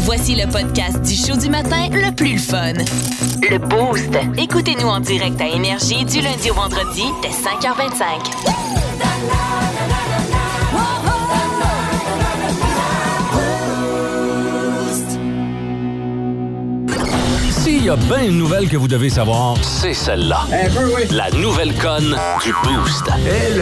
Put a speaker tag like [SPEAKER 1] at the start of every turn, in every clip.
[SPEAKER 1] Voici le podcast du show du matin le plus fun. Le Boost. Écoutez-nous en direct à Énergie du lundi au vendredi dès 5h25.
[SPEAKER 2] S'il y a bien une nouvelle que vous devez savoir, c'est celle-là. La nouvelle conne du Boost.
[SPEAKER 3] Eh,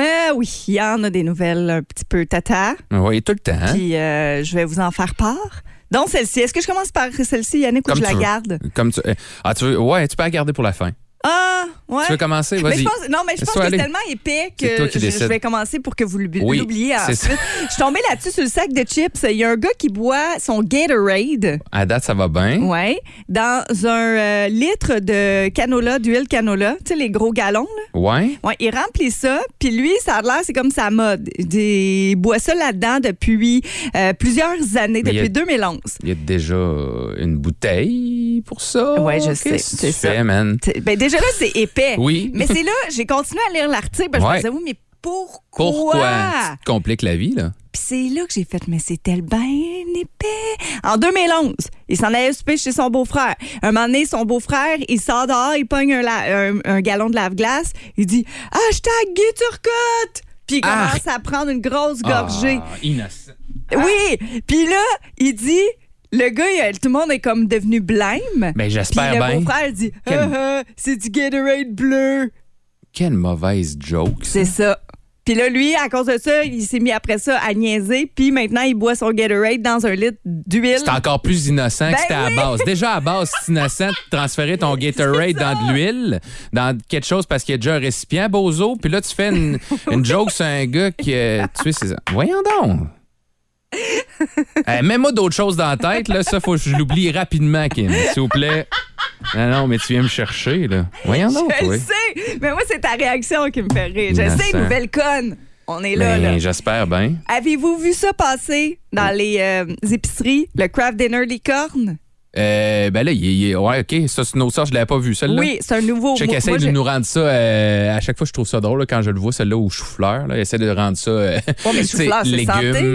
[SPEAKER 4] Euh, oui, il y en a des nouvelles un petit peu tata,
[SPEAKER 2] Oui, tout le temps. hein?
[SPEAKER 4] puis euh, je vais vous en faire part. Donc celle-ci, est-ce que je commence par celle-ci, Yannick, ou
[SPEAKER 2] Comme
[SPEAKER 4] je
[SPEAKER 2] tu
[SPEAKER 4] la
[SPEAKER 2] veux.
[SPEAKER 4] garde?
[SPEAKER 2] Comme tu... euh, Ah, tu veux... Ouais, tu peux la garder pour la fin.
[SPEAKER 4] Ah, ouais.
[SPEAKER 2] Tu veux commencer?
[SPEAKER 4] Mais
[SPEAKER 2] Vas-y.
[SPEAKER 4] je pense, non, mais je pense
[SPEAKER 2] Laisse-toi
[SPEAKER 4] que
[SPEAKER 2] aller.
[SPEAKER 4] c'est tellement épais
[SPEAKER 2] C'est toi
[SPEAKER 4] que
[SPEAKER 2] qui
[SPEAKER 4] je, je
[SPEAKER 2] décides.
[SPEAKER 4] vais commencer pour que vous l'oubliez
[SPEAKER 2] Oui,
[SPEAKER 4] l'oubliez
[SPEAKER 2] c'est
[SPEAKER 4] ensuite.
[SPEAKER 2] ça.
[SPEAKER 4] Je suis tombée là-dessus sur le sac de chips. Il y a un gars qui boit son Gatorade
[SPEAKER 2] À date, ça va bien.
[SPEAKER 4] ouais, dans un euh, litre de canola, d'huile canola, tu sais, les gros galons. là.
[SPEAKER 2] Ouais.
[SPEAKER 4] Ouais, il remplit ça, puis lui, ça a l'air, c'est comme sa mode. Il dit- il boit ça là-dedans depuis euh, plusieurs années,
[SPEAKER 2] Mais il y a-
[SPEAKER 4] depuis 2011.
[SPEAKER 2] Il y a déjà euh, une bouteille pour ça.
[SPEAKER 4] Ouais, je sais,
[SPEAKER 2] Qu'est-ce que
[SPEAKER 4] c'est
[SPEAKER 2] tu
[SPEAKER 4] ça.
[SPEAKER 2] fais, man?
[SPEAKER 4] C'est- Ben déjà là, c'est épais.
[SPEAKER 2] Oui.
[SPEAKER 4] Mais c'est là, j'ai continué à lire l'article, parce que
[SPEAKER 2] Ouais.
[SPEAKER 4] je me disais, oui, mais pourquoi?
[SPEAKER 2] Pourquoi? Tu te compliques la vie, là.
[SPEAKER 4] Puis c'est là que j'ai fait, mais c'était bien épais. En 2011, il s'en allait souper chez son beau-frère. Un moment donné, son beau-frère, il sort dehors, il pogne un, la- un- un gallon de lave-glace. Il dit Hashtag Guy Turcotte! Puis il
[SPEAKER 2] Ah!
[SPEAKER 4] commence à prendre une grosse gorgée.
[SPEAKER 2] Ah, innocent.
[SPEAKER 4] Oui! Puis là, il dit Le gars, il- tout le monde est comme devenu blême.
[SPEAKER 2] Ben,
[SPEAKER 4] Puis
[SPEAKER 2] j'espère
[SPEAKER 4] le
[SPEAKER 2] bien.
[SPEAKER 4] beau-frère il dit
[SPEAKER 2] Quel-
[SPEAKER 4] Ah, ah, C'est du Gatorade bleu!
[SPEAKER 2] Quelle mauvaise joke. ça.
[SPEAKER 4] C'est ça. Puis là, lui, à cause de ça, il s'est mis après ça à niaiser. Puis maintenant, il boit son Gatorade dans un litre d'huile.
[SPEAKER 2] C'est encore plus innocent
[SPEAKER 4] Mm. Ben
[SPEAKER 2] que c'était
[SPEAKER 4] oui.
[SPEAKER 2] à base. Déjà à base, c'est innocent de transférer ton Gatorade dans de l'huile, dans quelque chose parce qu'il y a déjà un récipient, bozo. Puis là, tu fais une, une joke sur un gars qui euh, a tué ses... Voyons donc! Eh, Mets-moi d'autres choses dans la tête. Là. Ça, faut que je l'oublie rapidement, Kim. S'il vous plaît. Non, non, mais tu viens me chercher. Là. Voyons donc,
[SPEAKER 4] Je le
[SPEAKER 2] oui.
[SPEAKER 4] sais. Mais moi, c'est ta réaction qui me fait rire. Je
[SPEAKER 2] Innocent.
[SPEAKER 4] sais, nouvelle conne. On est là, là.
[SPEAKER 2] Ben, J'espère bien.
[SPEAKER 4] Avez-vous vu ça passer dans les euh, épiceries, le craft dinner licorne?
[SPEAKER 2] Euh, ben là, il, il- ouais, OK. Ça, c'est une autre sorte. Je l'avais pas vu, celle-là.
[SPEAKER 4] Oui, c'est un nouveau.
[SPEAKER 2] Check,
[SPEAKER 4] moi-
[SPEAKER 2] essaye
[SPEAKER 4] moi,
[SPEAKER 2] de
[SPEAKER 4] je-
[SPEAKER 2] nous rendre ça. euh, à chaque fois, je trouve ça drôle là, quand je le vois, celle-là au chou-fleur. là, Essaye de rendre ça. euh,
[SPEAKER 4] Ouais, mais
[SPEAKER 2] tu sais,
[SPEAKER 4] chou-fleur, c'est
[SPEAKER 2] légumes.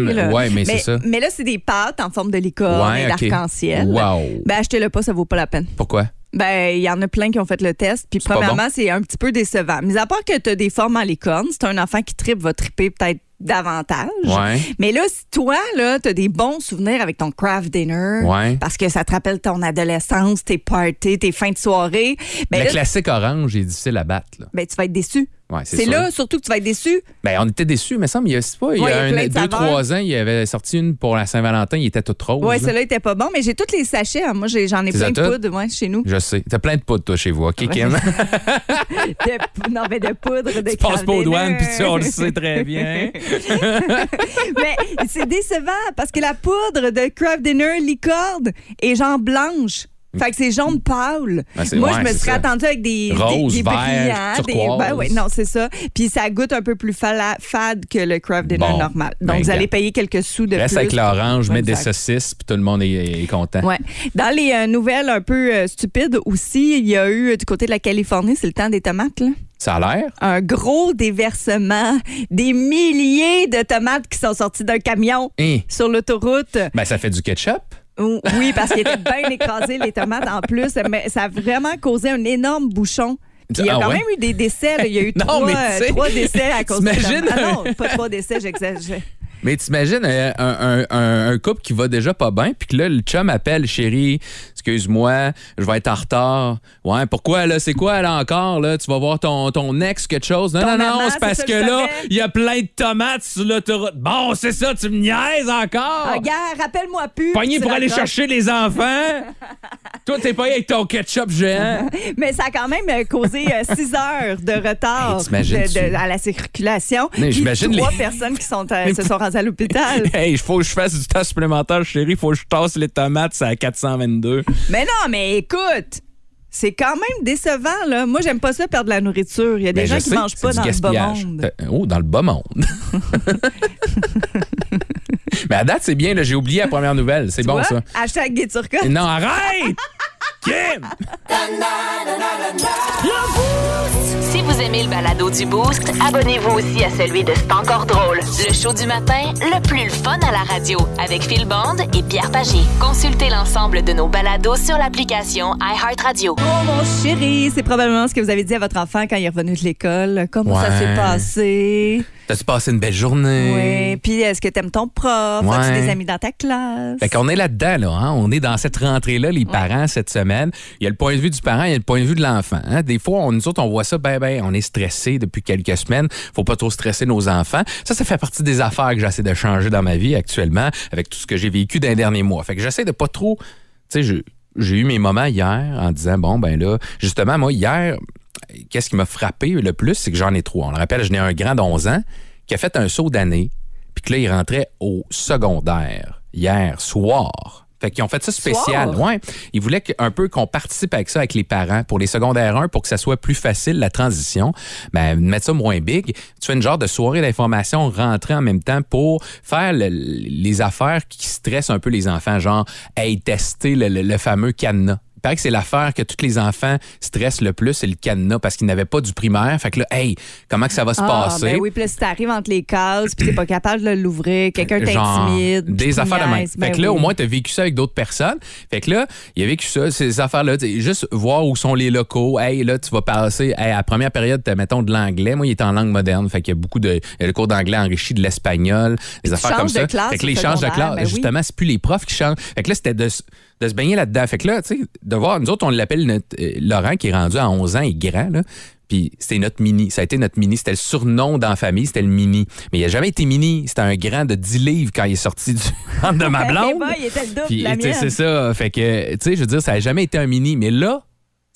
[SPEAKER 4] santé, là.
[SPEAKER 2] ouais, mais, c'est ça.
[SPEAKER 4] Mais là, c'est des pâtes en forme de licorne
[SPEAKER 2] Ouais,
[SPEAKER 4] et
[SPEAKER 2] ok.
[SPEAKER 4] d'arc-en-ciel.
[SPEAKER 2] Wow.
[SPEAKER 4] Ben, achetez-le pas, ça vaut pas la peine.
[SPEAKER 2] Pourquoi?
[SPEAKER 4] Ben, il y en a plein qui ont fait le test. Puis,
[SPEAKER 2] C'est pas
[SPEAKER 4] premièrement, c'est un petit peu décevant. Mis à part que tu as des formes en licorne, si t'as un enfant qui tripe, va triper peut-être davantage.
[SPEAKER 2] Ouais.
[SPEAKER 4] Mais là, si toi, là, t'as des bons souvenirs avec ton craft dinner,
[SPEAKER 2] Ouais.
[SPEAKER 4] parce que ça te rappelle ton adolescence, tes parties, tes fins de soirée, ben,
[SPEAKER 2] le
[SPEAKER 4] là,
[SPEAKER 2] classique orange est difficile à battre. là.
[SPEAKER 4] ben, tu vas être déçu.
[SPEAKER 2] Ouais, c'est
[SPEAKER 4] c'est
[SPEAKER 2] sûr.
[SPEAKER 4] là, surtout, que tu vas être déçu.
[SPEAKER 2] Ben, on était déçus, mais ça, mais il y a, c'est pas, il y a,
[SPEAKER 4] Ouais, il y a
[SPEAKER 2] un-
[SPEAKER 4] plein de
[SPEAKER 2] deux,
[SPEAKER 4] saveurs.
[SPEAKER 2] trois ans, il y avait sorti une pour la Saint-Valentin, il était tout rose.
[SPEAKER 4] Ouais,
[SPEAKER 2] là.
[SPEAKER 4] celui-là était pas bon, mais j'ai tous les sachets. hein. Moi, j'ai- j'en ai
[SPEAKER 2] T'es
[SPEAKER 4] plein
[SPEAKER 2] à
[SPEAKER 4] de
[SPEAKER 2] tout?
[SPEAKER 4] poudre ouais, chez nous.
[SPEAKER 2] Je sais. T'as plein de poudre, toi, chez vous, OK, Kim?
[SPEAKER 4] De pou- non, mais de poudre, de
[SPEAKER 2] tu passes pas aux douanes, puis tu, on le
[SPEAKER 4] cardinal.
[SPEAKER 2] sait très bien.
[SPEAKER 4] Mais c'est décevant parce que la poudre de Kraft Dinner licorne est genre blanche. Fait que c'est jaune pâle.
[SPEAKER 2] Ben, c'est-
[SPEAKER 4] Moi,
[SPEAKER 2] ouais,
[SPEAKER 4] je me
[SPEAKER 2] c'est
[SPEAKER 4] serais
[SPEAKER 2] ça.
[SPEAKER 4] attendue avec des, des-
[SPEAKER 2] Rose,
[SPEAKER 4] des,
[SPEAKER 2] vert,
[SPEAKER 4] brillants.
[SPEAKER 2] turquoise.
[SPEAKER 4] ben ouais, non, c'est ça. Puis ça goûte un peu plus fala- fade que le Kraft Dinner
[SPEAKER 2] Bon.
[SPEAKER 4] normal.
[SPEAKER 2] Ben,
[SPEAKER 4] Donc, vous
[SPEAKER 2] gars.
[SPEAKER 4] allez payer quelques sous de
[SPEAKER 2] Reste
[SPEAKER 4] plus.
[SPEAKER 2] avec l'orange, mets des
[SPEAKER 4] Exact.
[SPEAKER 2] saucisses, puis tout le monde est, est content.
[SPEAKER 4] Ouais. Dans les euh, nouvelles un peu euh, stupides aussi, il y a eu euh, du côté de la Californie, c'est le temps des tomates, là
[SPEAKER 2] Ça a l'air?
[SPEAKER 4] un gros déversement, des milliers de tomates qui sont sorties d'un camion
[SPEAKER 2] Hein?
[SPEAKER 4] sur l'autoroute.
[SPEAKER 2] Ben, ça fait du ketchup.
[SPEAKER 4] Ou- Oui, parce qu'ils étaient bien écrasés, les tomates en plus. Mais ça a vraiment causé un énorme bouchon. Puis il y a
[SPEAKER 2] Ah
[SPEAKER 4] quand
[SPEAKER 2] ouais?
[SPEAKER 4] même eu des décès. là. Il y a eu
[SPEAKER 2] Non,
[SPEAKER 4] trois,
[SPEAKER 2] mais tu sais,
[SPEAKER 4] euh, trois décès à cause de
[SPEAKER 2] t'imagines
[SPEAKER 4] Ah non, pas trois décès, j'exagère.
[SPEAKER 2] Mais t'imagines euh, un, un- un- un couple qui va déjà pas bien, puis que là, le chum appelle, chérie, excuse-moi, je vais être en retard. Ouais, pourquoi, là, c'est quoi, là, encore, là, tu vas voir ton, ton ex, quelque chose? Non,
[SPEAKER 4] Ton
[SPEAKER 2] non, non,
[SPEAKER 4] amant,
[SPEAKER 2] c'est
[SPEAKER 4] c'est
[SPEAKER 2] parce
[SPEAKER 4] ça
[SPEAKER 2] que
[SPEAKER 4] que je
[SPEAKER 2] là,
[SPEAKER 4] savais.
[SPEAKER 2] il y a plein de tomates sur l'autoroute. Bon, c'est ça, tu me niaises encore?
[SPEAKER 4] Ah, Regarde, rappelle-moi plus.
[SPEAKER 2] Pogné
[SPEAKER 4] Tu
[SPEAKER 2] Ah. pour aller
[SPEAKER 4] racontes.
[SPEAKER 2] chercher les enfants. Toi, t'es pogné avec ton ketchup géant.
[SPEAKER 4] Mais ça a quand même euh, causé euh, six heures de retard
[SPEAKER 2] Hey, t'imagines,
[SPEAKER 4] de- de-
[SPEAKER 2] tu-
[SPEAKER 4] à la circulation.
[SPEAKER 2] Mais
[SPEAKER 4] Puis
[SPEAKER 2] j'imagine
[SPEAKER 4] trois
[SPEAKER 2] les-
[SPEAKER 4] personnes qui sont, euh, se sont rendues à l'hôpital.
[SPEAKER 2] Hey, il faut que je fasse du temps supplémentaire, chérie. Il faut que je tasse les tomates, c'est à 422.
[SPEAKER 4] Mais non, mais écoute, c'est quand même décevant, là. Moi, j'aime pas ça perdre de la nourriture. Il y a des
[SPEAKER 2] Ben,
[SPEAKER 4] gens
[SPEAKER 2] je
[SPEAKER 4] qui
[SPEAKER 2] sais,
[SPEAKER 4] mangent pas
[SPEAKER 2] c'est
[SPEAKER 4] dans
[SPEAKER 2] du
[SPEAKER 4] le bas
[SPEAKER 2] gaspillage.
[SPEAKER 4] monde.
[SPEAKER 2] T'as- Oh, dans le bas monde. Mais à date, c'est bien. là, J'ai oublié la première nouvelle. C'est
[SPEAKER 4] Tu
[SPEAKER 2] bon,
[SPEAKER 4] vois?
[SPEAKER 2] ça.
[SPEAKER 4] Hashtag Guy Turcotte.
[SPEAKER 2] Non, arrête! Kim!
[SPEAKER 1] Si vous aimez le balado du Boost, abonnez-vous aussi à celui de C'est encore drôle. Le show du matin, le plus le fun à la radio, avec Phil Bond et Pierre Pagé. Consultez l'ensemble de nos balados sur l'application iHeartRadio.
[SPEAKER 4] Oh mon chéri, c'est probablement ce que vous avez dit à votre enfant quand il est revenu de l'école. Comment ça
[SPEAKER 2] Ouais.
[SPEAKER 4] s'est passé?
[SPEAKER 2] T'as-tu passé une belle journée?
[SPEAKER 4] Oui. Puis est-ce que t'aimes ton prof?
[SPEAKER 2] Ouais. Ben,
[SPEAKER 4] As-tu des amis dans ta classe?
[SPEAKER 2] Fait qu'on est là-dedans, là, hein? on est dans cette rentrée-là, les parents, cette semaine. Il y a le point de vue du parent, il y a le point de vue de l'enfant. hein. Des fois, on, nous autres, on voit ça, ben, ben, on est stressé depuis quelques semaines, faut pas trop stresser nos enfants. Ça, ça fait partie des affaires que j'essaie de changer dans ma vie actuellement, avec tout ce que j'ai vécu dans les derniers mois. Fait que j'essaie de pas trop, tu sais, je- j'ai eu mes moments hier en disant, bon, ben là, justement, moi, hier, qu'est-ce qui m'a frappé le plus, c'est que j'en ai trois. On le rappelle, j'en ai un grand d'11 ans qui a fait un saut d'année, puis que là, il rentrait au secondaire hier soir. Fait qu'ils ont fait ça spécial.
[SPEAKER 4] Soir?
[SPEAKER 2] Ouais. Ils voulaient que- un peu qu'on participe avec ça avec les parents pour les secondaires 1 pour que ça soit plus facile la transition. Ben, mettre ça moins big. Tu fais une genre de soirée d'information rentrée en même temps pour faire le- les affaires qui stressent un peu les enfants, genre, hey, tester le- le- le fameux cadenas. Il paraît que c'est l'affaire que tous les enfants stressent le plus, c'est le cadenas, parce qu'ils n'avaient pas du primaire. Fait que là, hey, comment que ça va se
[SPEAKER 4] Ah,
[SPEAKER 2] passer?
[SPEAKER 4] ben oui, puis là, si t'arrives entre les cases, puis t'es pas capable de l'ouvrir, quelqu'un
[SPEAKER 2] Genre,
[SPEAKER 4] t'intimide.
[SPEAKER 2] Des
[SPEAKER 4] tu
[SPEAKER 2] affaires de même.
[SPEAKER 4] niaises, ben
[SPEAKER 2] fait que là,
[SPEAKER 4] oui.
[SPEAKER 2] au moins, tu as vécu ça avec d'autres personnes. Fait que là, il a vécu ça, ces affaires-là. tu sais, Juste voir où sont les locaux. Hey, là, tu vas passer hey, à la première période, t'as, mettons, de l'anglais. Moi, il est en langue moderne. Fait qu'il y a beaucoup de. il y a le cours d'anglais enrichi de l'espagnol, des affaires
[SPEAKER 4] changes
[SPEAKER 2] comme
[SPEAKER 4] de
[SPEAKER 2] ça.
[SPEAKER 4] classe
[SPEAKER 2] fait que
[SPEAKER 4] au
[SPEAKER 2] les changes de
[SPEAKER 4] secondaire,
[SPEAKER 2] classe,
[SPEAKER 4] ben oui.
[SPEAKER 2] justement, c'est plus les profs qui changent. Fait que là, c'était de, s- de se baigner là-dedans. Fait que là, tu sais, de voir, nous autres, on l'appelle notre. euh, Laurent, qui est rendu à 11 ans, il est grand, là. Puis c'était notre mini. Ça a été notre mini. C'était le surnom dans la famille, c'était le mini. Mais il n'a jamais été mini. C'était un grand de 10 livres quand il est sorti du ventre de ma
[SPEAKER 4] Eh
[SPEAKER 2] blonde.
[SPEAKER 4] ben, il était le double,
[SPEAKER 2] Puis,
[SPEAKER 4] la
[SPEAKER 2] tu sais,
[SPEAKER 4] mienne.
[SPEAKER 2] c'est ça. Fait que, tu sais, je veux dire, ça n'a jamais été un mini. Mais là,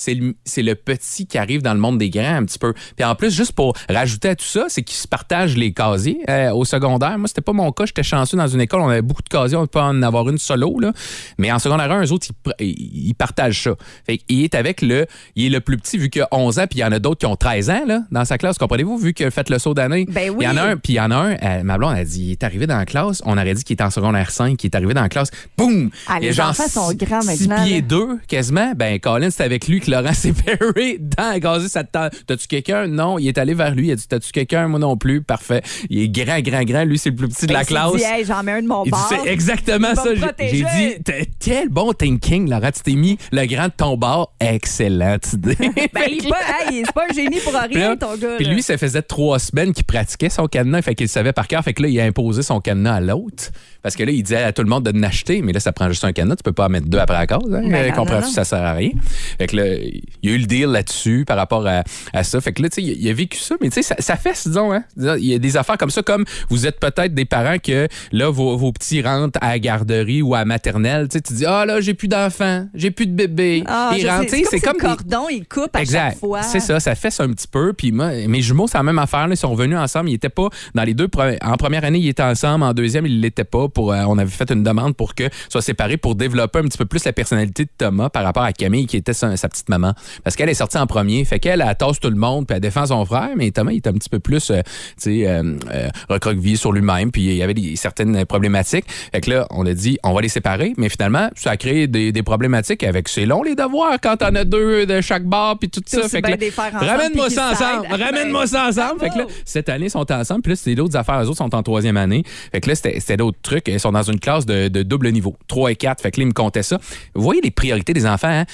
[SPEAKER 2] c'est le, c'est le petit qui arrive dans le monde des grands un petit peu. Puis en plus, juste pour rajouter à tout ça, c'est qu'ils se partagent les casiers euh, au secondaire. Moi, c'était pas mon cas. J'étais chanceux dans une école. On avait beaucoup de casiers. On peut en avoir une solo. Là. Mais en secondaire un, eux autres, ils, pr- ils ils partagent ça. Fait qu'il est avec le... Il est le plus petit vu qu'il a 11 ans. Puis il y en a d'autres qui ont 13 ans là, dans sa classe. Comprenez-vous? Vu que faites le saut d'année.
[SPEAKER 4] Ben oui.
[SPEAKER 2] Il y en a un puis il y en a un, euh, ma blonde a dit, il est arrivé dans la classe, on aurait dit qu'il était en secondaire 5, qu'il est arrivé dans la classe, boum!
[SPEAKER 4] Ah,
[SPEAKER 2] Il y a
[SPEAKER 4] les
[SPEAKER 2] genre
[SPEAKER 4] enfants sont
[SPEAKER 2] six-
[SPEAKER 4] grands
[SPEAKER 2] six
[SPEAKER 4] maintenant, là.
[SPEAKER 2] pieds deux, quasiment. Ben, Colin, c'est avec lui que Laurent s'est ferré dans la gazée. Ça te tend- T'as-tu quelqu'un? Non, il est allé vers lui, il a dit, t'as-tu quelqu'un? Moi non plus, parfait. Il est grand, grand, grand, lui, c'est le plus petit de la
[SPEAKER 4] Ben, Il s'est
[SPEAKER 2] classe.
[SPEAKER 4] dit, Hey, j'en mets un de mon
[SPEAKER 2] Il dit,
[SPEAKER 4] bord.
[SPEAKER 2] c'est exactement
[SPEAKER 4] Il va
[SPEAKER 2] ça.
[SPEAKER 4] me
[SPEAKER 2] J'ai- J'ai
[SPEAKER 4] protéger.
[SPEAKER 2] dit, t'as- quel bon thinking, Laurent. Tu t'es mis le grand de ton bord. Excellente idée.
[SPEAKER 4] Ben, il est pas, hey, c'est pas un génie pour
[SPEAKER 2] Puis là,
[SPEAKER 4] rien, ton gars.
[SPEAKER 2] Puis
[SPEAKER 4] là.
[SPEAKER 2] lui, ça faisait trois semaines qu'il pratiquait son cadenas, fait qu'il le savait par cœur. Fait que là, il a imposé son cadenas à l'autre. Parce que là, il disait à tout le monde de l'acheter, mais là, ça prend juste un cadenas. Tu peux pas en mettre deux après la cause. Hein?
[SPEAKER 4] Ben
[SPEAKER 2] Euh,
[SPEAKER 4] non,
[SPEAKER 2] comprends-tu,
[SPEAKER 4] non, non.
[SPEAKER 2] ça sert à rien. Fait que là, il y a eu le deal là-dessus par rapport à, à ça. Fait que là, tu sais, il il a vécu ça, mais tu sais, ça, ça fait, disons, hein? Disons, Il y a des affaires comme ça, comme vous êtes peut-être des parents que là, vos, vos petits rentrent à la garderie ou à la maternelle. Tu sais, tu dis, ah là, j'ai plus d'enfants, j'ai plus de bébé.
[SPEAKER 4] Ah, je
[SPEAKER 2] Ils
[SPEAKER 4] sais,
[SPEAKER 2] rentrent, tu sais,
[SPEAKER 4] c'est comme, si
[SPEAKER 2] des-
[SPEAKER 4] le cordon, il coupe à
[SPEAKER 2] Exact.
[SPEAKER 4] chaque fois.
[SPEAKER 2] C'est ça, ça fesse un petit peu. Puis moi, mes jumeaux, c'est la même affaire. là. Ils sont venus ensemble. Ils étaient pas dans les deux. premi- En première année, ils étaient ensemble. En deuxième, ils l'étaient pas. Pour, euh, on avait fait une demande pour que soient séparés pour développer un petit peu plus la personnalité de Thomas par rapport à Camille qui était sa, sa petite maman. Parce qu'elle est sortie en premier. Fait qu'elle, elle tasse tout le monde puis elle défend son frère. Mais Thomas, il est un petit peu plus, euh, tu sais, euh, euh, recroquevillé sur lui-même. Puis il y avait des- certaines problématiques. Fait que là, on a dit, on va les séparer. Mais finalement, ça a créé des, des problématiques avec c'est long les devoirs quand t'en as deux de chaque bar puis tout
[SPEAKER 4] C'est
[SPEAKER 2] ça.
[SPEAKER 4] aussi
[SPEAKER 2] Fait que
[SPEAKER 4] bien
[SPEAKER 2] là,
[SPEAKER 4] de les faire ensemble,
[SPEAKER 2] Ramène-moi
[SPEAKER 4] puis
[SPEAKER 2] ça
[SPEAKER 4] qu'ils
[SPEAKER 2] ensemble.
[SPEAKER 4] s'aident. Ben
[SPEAKER 2] Ramène-moi ça ensemble. Fait que là,
[SPEAKER 4] Bravo.
[SPEAKER 2] cette année, ils sont ensemble. Puis là, c'est d'autres affaires. Eux autres sont en troisième année. Fait que là, c'était c'était d'autres trucs. Ils sont dans une classe de, de double niveau, 3 et 4. Fait que là, ils me comptaient ça. Vous voyez les priorités des enfants, hein?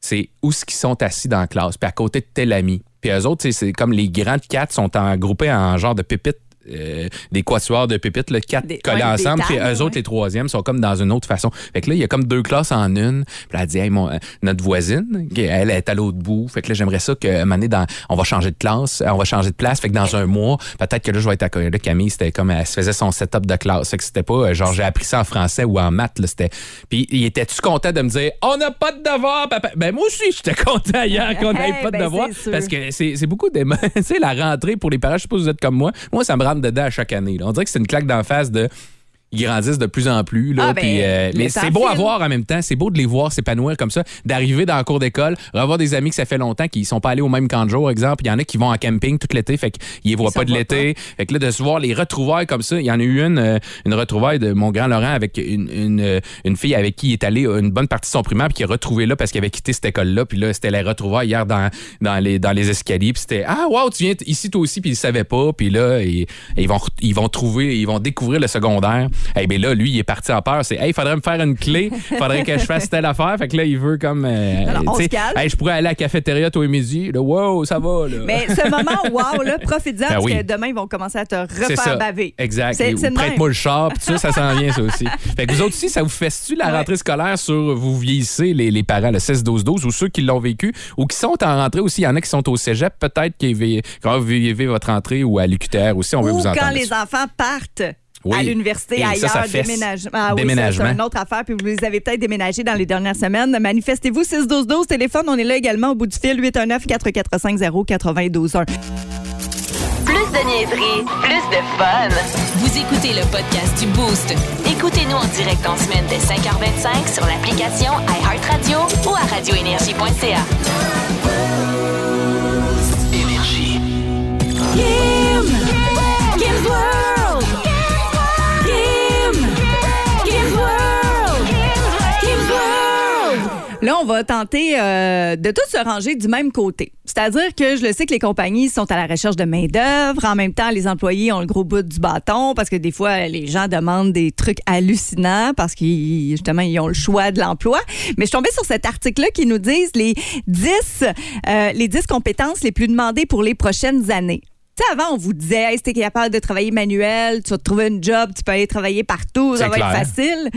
[SPEAKER 2] C'est où ce qu'ils sont assis dans la classe, puis à côté de tel ami. Puis eux autres, tu sais, c'est comme les grands de 4 sont en, groupés en genre de pépites. euh, des quatuors de pépites, le 4
[SPEAKER 4] Des- ouais,
[SPEAKER 2] collés
[SPEAKER 4] des
[SPEAKER 2] ensemble, puis
[SPEAKER 4] tables,
[SPEAKER 2] eux autres,
[SPEAKER 4] ouais.
[SPEAKER 2] les troisièmes sont comme dans une autre façon. Fait que là, il y a comme deux classes en une. Puis elle dit, hey, mon- euh, notre voisine, qui, elle est à l'autre bout. Fait que là, j'aimerais ça que, à un moment donné, dans, on va changer de classe, euh, on va changer de place. Fait que dans un mois, peut-être que là, je vais être à Là, Camille, c'était comme, elle se faisait son setup de classe. Fait que c'était pas, euh, genre, j'ai appris ça en français ou en maths, là, c'était. Puis il était-tu content de me dire, on n'a pas de devoir, papa? Ben, moi aussi, j'étais content hier qu'on n'avait
[SPEAKER 4] Hey,
[SPEAKER 2] pas de
[SPEAKER 4] ben,
[SPEAKER 2] devoir.
[SPEAKER 4] c'est sûr.
[SPEAKER 2] Parce que c'est c'est beaucoup d'émotions. tu sais, la rentrée pour les parents, je sais pas si vous êtes comme moi. Moi, ça me rentre dedans à chaque année. là. On dirait que c'est une claque d'en face de ils grandissent de plus en plus. Là,
[SPEAKER 4] Ah, ben,
[SPEAKER 2] puis, euh,
[SPEAKER 4] le
[SPEAKER 2] mais
[SPEAKER 4] temps
[SPEAKER 2] c'est beau à
[SPEAKER 4] file.
[SPEAKER 2] voir en même temps. C'est beau de les voir s'épanouir comme ça, d'arriver dans la cour d'école, revoir des amis que ça fait longtemps qu'ils sont pas allés au même camp de jour, exemple. Il y en a qui vont en camping tout l'été, fait qu'ils les voient
[SPEAKER 4] Ils s'en
[SPEAKER 2] pas de
[SPEAKER 4] voient
[SPEAKER 2] l'été. Fait que là, de se voir les retrouvailles comme ça, il y en a eu une, euh, une retrouvaille de mon grand Laurent avec une, une, euh, une fille avec qui il est allé euh, une bonne partie de son primaire, puis qui a retrouvé là parce qu'il avait quitté cette école-là. Puis là, c'était la retrouvaille hier dans, dans, les, dans les escaliers. Puis c'était Ah, wow, tu viens t- ici toi aussi, puis il savait pas. Puis là, ils, ils vont, re- ils vont trouver, ils vont découvrir le secondaire. Eh bien là, lui, il est parti en peur. C'est Hey, faudrait me faire une clé, faudrait que je fasse telle affaire. Fait que là, il veut comme. euh,
[SPEAKER 4] Non, non, on
[SPEAKER 2] tu sais,
[SPEAKER 4] se calme.
[SPEAKER 2] Hey, je pourrais aller à la cafétéria toi et midi. Là, wow, ça va. Là.
[SPEAKER 4] Mais ce moment, wow, là, profite-en, ah, parce
[SPEAKER 2] Ben oui.
[SPEAKER 4] que demain, ils vont commencer à te
[SPEAKER 2] C'est
[SPEAKER 4] refaire
[SPEAKER 2] ça.
[SPEAKER 4] baver.
[SPEAKER 2] Exact.
[SPEAKER 4] C'est-
[SPEAKER 2] Et- ou
[SPEAKER 4] c'est de même.
[SPEAKER 2] Prête-moi le char, puis tout ça, ça s'en vient, ça aussi. Fait que vous autres aussi, ça vous fesse-tu la
[SPEAKER 4] Ouais.
[SPEAKER 2] rentrée scolaire sur vous vieillissez, les, les parents, le 16-12-12, ou ceux qui l'ont vécu, ou qui sont en rentrée aussi. Il y en a qui sont au cégep, peut-être qui vi- quand vous vivez votre rentrée ou à l'UQTR aussi, on veut
[SPEAKER 4] Ou
[SPEAKER 2] vous entendre.
[SPEAKER 4] quand les
[SPEAKER 2] là-dessus.
[SPEAKER 4] enfants partent
[SPEAKER 2] Oui.
[SPEAKER 4] à l'université,
[SPEAKER 2] Et
[SPEAKER 4] ailleurs,
[SPEAKER 2] ça, ça fesse.
[SPEAKER 4] déménagement. Ah oui, ça,
[SPEAKER 2] Déménagement.
[SPEAKER 4] c'est une autre affaire. Puis vous les avez peut-être déménagés dans les dernières semaines. Manifestez-vous 612-12, téléphone. On est là également au bout du fil, 819-445-0921.
[SPEAKER 1] Plus de niaiserie, plus de fun. Vous écoutez le podcast du Boost. Écoutez-nous en direct en semaine dès 5h25 sur l'application iHeartRadio ou à radioénergie.ca.
[SPEAKER 4] Là, on va tenter euh, de tous se ranger du même côté. C'est-à-dire que je le sais que les compagnies sont à la recherche de main-d'œuvre. En même temps, les employés ont le gros bout du bâton parce que des fois, les gens demandent des trucs hallucinants parce qu'ils, justement, ils ont le choix de l'emploi. Mais je suis tombée sur cet article-là qui nous disent les 10, euh, les 10 compétences les plus demandées pour les prochaines années. Tu sais, avant, on vous disait, hey, si t'es capable de travailler manuel, tu vas te trouver une job, tu peux aller travailler partout, ça
[SPEAKER 2] C'est
[SPEAKER 4] va être
[SPEAKER 2] clair.
[SPEAKER 4] facile.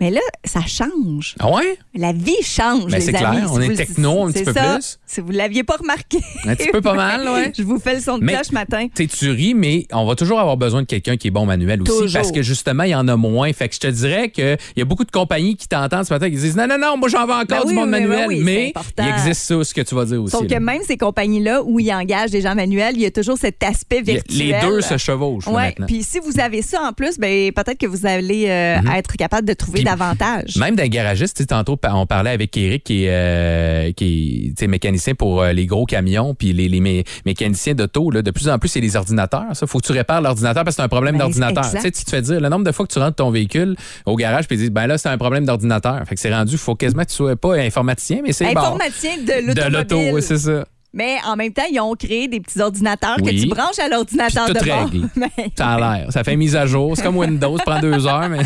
[SPEAKER 4] Mais là, ça change.
[SPEAKER 2] Ah ouais?
[SPEAKER 4] La vie change,
[SPEAKER 2] Ben,
[SPEAKER 4] les
[SPEAKER 2] c'est
[SPEAKER 4] amis.
[SPEAKER 2] clair,
[SPEAKER 4] si
[SPEAKER 2] on
[SPEAKER 4] vous
[SPEAKER 2] est
[SPEAKER 4] le-
[SPEAKER 2] techno un petit
[SPEAKER 4] c'est
[SPEAKER 2] peu
[SPEAKER 4] ça.
[SPEAKER 2] plus.
[SPEAKER 4] Si vous ne l'aviez pas remarqué.
[SPEAKER 2] Un petit peu pas mal, ouais.
[SPEAKER 4] Je vous fais le son de
[SPEAKER 2] Mais-
[SPEAKER 4] cloche matin.
[SPEAKER 2] T'sais, tu ris, mais on va toujours avoir besoin de quelqu'un qui est bon manuel aussi
[SPEAKER 4] Toujours.
[SPEAKER 2] parce que justement, il y en a moins. Fait que je te dirais qu'il y a beaucoup de compagnies qui t'entendent ce matin qui disent Non, non, non, moi j'en veux encore
[SPEAKER 4] Ben
[SPEAKER 2] du
[SPEAKER 4] oui,
[SPEAKER 2] monde
[SPEAKER 4] oui, oui,
[SPEAKER 2] manuel.
[SPEAKER 4] oui, c'est
[SPEAKER 2] mais
[SPEAKER 4] important.
[SPEAKER 2] il existe ça, ce que tu vas dire aussi.
[SPEAKER 4] Sauf que
[SPEAKER 2] là.
[SPEAKER 4] même ces compagnies-là où ils engagent des gens manuels, il y a toujours cet aspect
[SPEAKER 2] Les-
[SPEAKER 4] virtuel.
[SPEAKER 2] les deux se chevauchent là,
[SPEAKER 4] Ouais.
[SPEAKER 2] maintenant.
[SPEAKER 4] Puis si vous avez ça en plus, ben, peut-être que vous allez euh, être capable de trouver
[SPEAKER 2] Mm-hmm. Puis-
[SPEAKER 4] davantage.
[SPEAKER 2] Même d'un garagiste, tu sais, tantôt, pa- on parlait avec Eric qui est, euh, qui est, tu sais, mécanicien pour euh, les gros camions, puis les, les mé- mécaniciens d'auto. là, De plus en plus, c'est les ordinateurs. Ça, faut que tu répares l'ordinateur parce que c'est un problème
[SPEAKER 4] Ben,
[SPEAKER 2] d'ordinateur.
[SPEAKER 4] exact.
[SPEAKER 2] Tu sais, tu te fais dire le nombre de fois que tu rentres ton véhicule au garage puis ils disent ben là c'est un problème d'ordinateur. Fait que c'est rendu, faut quasiment que tu sois pas informaticien, mais c'est bon.
[SPEAKER 4] Informaticien de
[SPEAKER 2] de l'auto,
[SPEAKER 4] l'automobile.
[SPEAKER 2] oui, c'est ça.
[SPEAKER 4] Mais en même temps, ils ont créé des petits ordinateurs
[SPEAKER 2] Oui.
[SPEAKER 4] que tu branches à l'ordinateur
[SPEAKER 2] Puis
[SPEAKER 4] de
[SPEAKER 2] tout
[SPEAKER 4] bord.
[SPEAKER 2] règle.
[SPEAKER 4] Mais-
[SPEAKER 2] Ça a l'air. Ça fait mise à jour. C'est comme Windows, ça prend deux heures, mais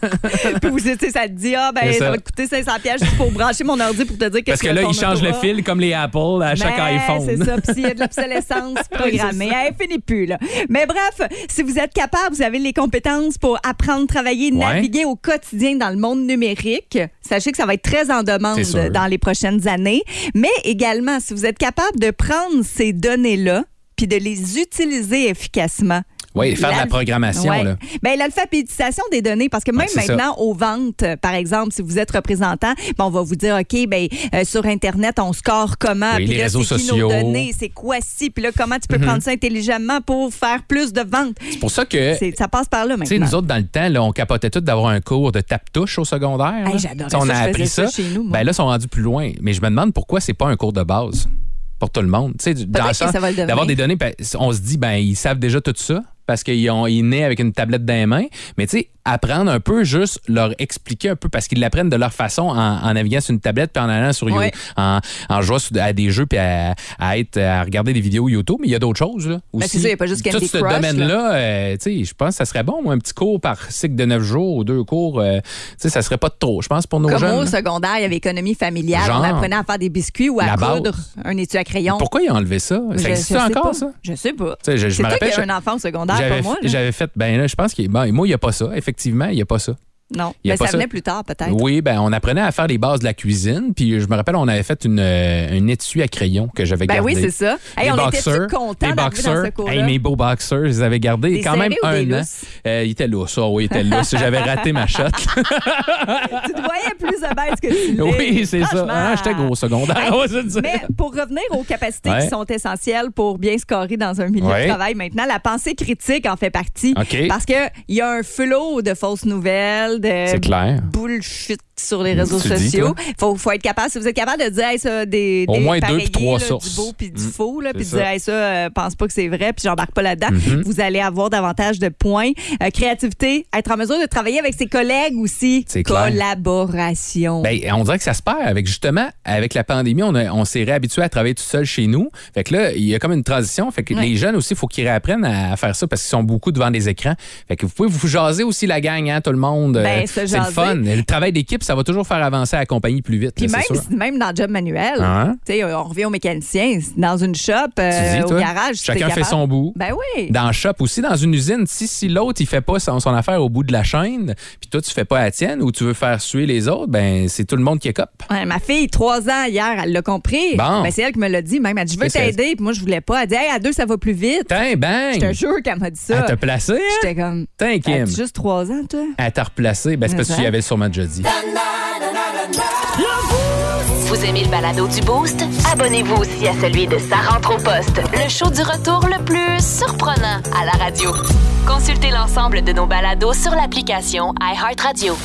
[SPEAKER 4] Puis vous, tu sais, ça te dit, ah, ben,
[SPEAKER 2] C'est
[SPEAKER 4] ça.
[SPEAKER 2] ça.
[SPEAKER 4] va te coûter 500 pièces juste pour brancher mon ordi pour te dire
[SPEAKER 2] parce
[SPEAKER 4] qu'est-ce
[SPEAKER 2] que là, ils changent le
[SPEAKER 4] fil.
[SPEAKER 2] fil comme les Apple à chaque
[SPEAKER 4] Mais
[SPEAKER 2] iPhone.
[SPEAKER 4] Ben, C'est ça, puis s'il y a de l'obsolescence programmée, elle finit plus. Là. Mais bref, si vous êtes capable, vous avez les compétences pour apprendre, travailler,
[SPEAKER 2] Ouais.
[SPEAKER 4] naviguer au quotidien dans le monde numérique, sachez que ça va être très en demande
[SPEAKER 2] C'est sûr.
[SPEAKER 4] dans les prochaines années. Mais également, si vous êtes capable de prendre ces données-là, puis de les utiliser efficacement.
[SPEAKER 2] Oui, faire de la
[SPEAKER 4] L'al-
[SPEAKER 2] programmation,
[SPEAKER 4] Ouais.
[SPEAKER 2] là.
[SPEAKER 4] Ben, l'alphabétisation des données, parce que même
[SPEAKER 2] c'est ça.
[SPEAKER 4] maintenant, aux ventes, euh, par exemple, si vous êtes représentant, ben, on va vous dire, OK, ben, euh, sur Internet, on score comment? Puis
[SPEAKER 2] Oui, les
[SPEAKER 4] là,
[SPEAKER 2] réseaux
[SPEAKER 4] c'est qui
[SPEAKER 2] sociaux. Mm-hmm.
[SPEAKER 4] nos données, c'est quoi si? Puis là, comment tu peux prendre ça intelligemment pour faire plus de ventes?
[SPEAKER 2] C'est pour ça que
[SPEAKER 4] C'est- Ça passe par là
[SPEAKER 2] Tu sais,
[SPEAKER 4] maintenant.
[SPEAKER 2] nous autres, dans le temps, là, on capotait tout d'avoir un cours de tape-touche au secondaire.
[SPEAKER 4] Hey,
[SPEAKER 2] là.
[SPEAKER 4] j'adorais
[SPEAKER 2] Tu sais, On
[SPEAKER 4] ça,
[SPEAKER 2] a
[SPEAKER 4] je faisais
[SPEAKER 2] appris
[SPEAKER 4] ça
[SPEAKER 2] ça.
[SPEAKER 4] chez nous, moi.
[SPEAKER 2] ben là, ils sont rendus plus loin. Mais je me demande pourquoi c'est pas un cours de base pour tout le monde. Tu sais, du- dans
[SPEAKER 4] que
[SPEAKER 2] le sens
[SPEAKER 4] ça va le devenir.
[SPEAKER 2] d'avoir des données, ben, on se dit, ben, ils savent déjà tout ça parce qu'ils ont ils naissent avec une tablette dans les mains. Mais tu sais, apprendre un peu, juste leur expliquer un peu parce qu'ils l'apprennent de leur façon en, en naviguant sur une tablette puis en allant sur You-
[SPEAKER 4] Ouais.
[SPEAKER 2] en, en jouant sur- à des jeux puis à, à être, à regarder des vidéos YouTube. Mais il y a d'autres choses, là.
[SPEAKER 4] Ben,
[SPEAKER 2] Aussi.
[SPEAKER 4] c'est ça, il y a pas juste
[SPEAKER 2] Tout
[SPEAKER 4] Candy
[SPEAKER 2] ce
[SPEAKER 4] Crush, là.
[SPEAKER 2] domaine-là, là, euh, tu sais, je pense que ça serait bon, moi, un petit cours par cycle de neuf jours ou deux cours, euh, tu sais, ça serait pas de trop, je pense, pour nos
[SPEAKER 4] Comme
[SPEAKER 2] jeunes.
[SPEAKER 4] au
[SPEAKER 2] là.
[SPEAKER 4] secondaire, il y avait économie familiale. on
[SPEAKER 2] Genre.
[SPEAKER 4] apprenait à faire des biscuits ou à
[SPEAKER 2] La base.
[SPEAKER 4] coudre un étui à crayon.
[SPEAKER 2] Pourquoi ils ont enlevé ça?
[SPEAKER 4] Je-
[SPEAKER 2] ça existe
[SPEAKER 4] je sais
[SPEAKER 2] encore,
[SPEAKER 4] pas.
[SPEAKER 2] ça?
[SPEAKER 4] Je sais pas.
[SPEAKER 2] Tu sais, je- je
[SPEAKER 4] C'est
[SPEAKER 2] me
[SPEAKER 4] toi qui
[SPEAKER 2] rappelle,
[SPEAKER 4] as
[SPEAKER 2] je-
[SPEAKER 4] un enfant au secondaire,
[SPEAKER 2] J'avais
[SPEAKER 4] pas moi. là.
[SPEAKER 2] ben, j'avais fait, ben là, je pense que, moi, il n'y a pas ça. Effectivement, il n'y a pas ça.
[SPEAKER 4] Non.
[SPEAKER 2] Il y a
[SPEAKER 4] Mais
[SPEAKER 2] pas
[SPEAKER 4] ça
[SPEAKER 2] ça.
[SPEAKER 4] venait plus tard, peut-être.
[SPEAKER 2] Oui, ben on apprenait à faire les bases de la cuisine. Puis je me rappelle, on avait fait une, euh, un étui à crayon que j'avais
[SPEAKER 4] Ben
[SPEAKER 2] gardé.
[SPEAKER 4] oui, c'est ça. Hey,
[SPEAKER 2] Les
[SPEAKER 4] on
[SPEAKER 2] boxeurs,
[SPEAKER 4] était contents
[SPEAKER 2] les
[SPEAKER 4] d'arriver dans
[SPEAKER 2] boxeurs,
[SPEAKER 4] ce cours-là.
[SPEAKER 2] hey, mes beaux boxeurs, je les avais gardés
[SPEAKER 4] Des
[SPEAKER 2] quand même
[SPEAKER 4] serrés ou des
[SPEAKER 2] un an.
[SPEAKER 4] lousses?
[SPEAKER 2] Euh, il était lousse. Oh, oui, il était lousse. J'avais raté ma shot.
[SPEAKER 4] Tu te voyais plus à base que tu l'es.
[SPEAKER 2] oui, c'est ça.
[SPEAKER 4] Franchement.
[SPEAKER 2] Ah, J'étais gros au secondaire.
[SPEAKER 4] Hey,
[SPEAKER 2] on va se le dire.
[SPEAKER 4] Mais pour revenir aux capacités
[SPEAKER 2] Ouais.
[SPEAKER 4] qui sont essentielles pour bien scorer dans un milieu
[SPEAKER 2] Ouais.
[SPEAKER 4] de travail maintenant, la pensée critique en fait partie.
[SPEAKER 2] OK.
[SPEAKER 4] Parce qu'il y a un flot de fausses nouvelles, de
[SPEAKER 2] C'est clair.
[SPEAKER 4] bullshit sur les réseaux
[SPEAKER 2] Tu dis,
[SPEAKER 4] sociaux. faut, faut être capable, si vous êtes capable de dire hey, ça, des,
[SPEAKER 2] Au
[SPEAKER 4] des
[SPEAKER 2] moins deux
[SPEAKER 4] pareillés,
[SPEAKER 2] puis trois
[SPEAKER 4] là,
[SPEAKER 2] sources.
[SPEAKER 4] Du beau puis du
[SPEAKER 2] Mm.
[SPEAKER 4] faux, là, puis de
[SPEAKER 2] C'est
[SPEAKER 4] dire
[SPEAKER 2] ça. Mm-hmm.
[SPEAKER 4] hey, ça, euh, pense pas que c'est vrai, puis j'embarque pas là-dedans. Vous allez avoir davantage de points. Euh, créativité, être en mesure de travailler avec ses collègues aussi.
[SPEAKER 2] C'est clair.
[SPEAKER 4] Collaboration.
[SPEAKER 2] Ben, on dirait que ça se perd avec justement avec la pandémie, on, a- on s'est réhabitué à travailler tout seul chez nous. Fait que là, il y a comme une transition. Fait que
[SPEAKER 4] Ouais.
[SPEAKER 2] les jeunes aussi, il faut qu'ils réapprennent à faire ça parce qu'ils sont beaucoup devant des écrans. Fait que vous pouvez vous jaser aussi la gang, hein, tout le monde.
[SPEAKER 4] Ben,
[SPEAKER 2] Euh,
[SPEAKER 4] se
[SPEAKER 2] c'est le
[SPEAKER 4] jaser.
[SPEAKER 2] fun. Le travail d'équipe, ça va toujours faire avancer la compagnie plus vite.
[SPEAKER 4] Puis
[SPEAKER 2] là,
[SPEAKER 4] même,
[SPEAKER 2] c'est sûr.
[SPEAKER 4] si- même dans le job manuel,
[SPEAKER 2] Hein?
[SPEAKER 4] tu sais, on revient au mécanicien, dans une shop, euh,
[SPEAKER 2] Tu dis,
[SPEAKER 4] au
[SPEAKER 2] toi,
[SPEAKER 4] garage. si t'es
[SPEAKER 2] chacun fait
[SPEAKER 4] capable.
[SPEAKER 2] son bout.
[SPEAKER 4] Ben oui.
[SPEAKER 2] Dans le shop aussi, dans une usine, si, si l'autre, il fait pas son, son affaire au bout de la chaîne, puis toi, tu fais pas la tienne ou tu veux faire suer les autres, ben, c'est tout le monde qui écope.
[SPEAKER 4] Ouais, ma fille, trois ans hier, elle l'a compris.
[SPEAKER 2] Bon.
[SPEAKER 4] Ben, c'est elle qui me l'a dit. Même, elle dit, je veux
[SPEAKER 2] Qu'est-ce qu'elle
[SPEAKER 4] t'aider. Puis moi, je voulais pas. Elle dit, hey, à deux, ça va plus vite.
[SPEAKER 2] Tiens,
[SPEAKER 4] Je te
[SPEAKER 2] bang!
[SPEAKER 4] jure qu'elle m'a dit
[SPEAKER 2] Elle
[SPEAKER 4] ça.
[SPEAKER 2] t'a placé, hein?
[SPEAKER 4] J'étais comme,
[SPEAKER 2] Tiens, Kim.
[SPEAKER 4] T'as-tu juste trois ans, toi?
[SPEAKER 2] à t'a replacé, ben, c'est parce que tu y avais sûrement déjà dit.
[SPEAKER 1] Vous aimez le balado du Boost? Abonnez-vous aussi à celui de Sa rentre au poste, le show du retour le plus surprenant à la radio. Consultez l'ensemble de nos balados sur l'application iHeartRadio.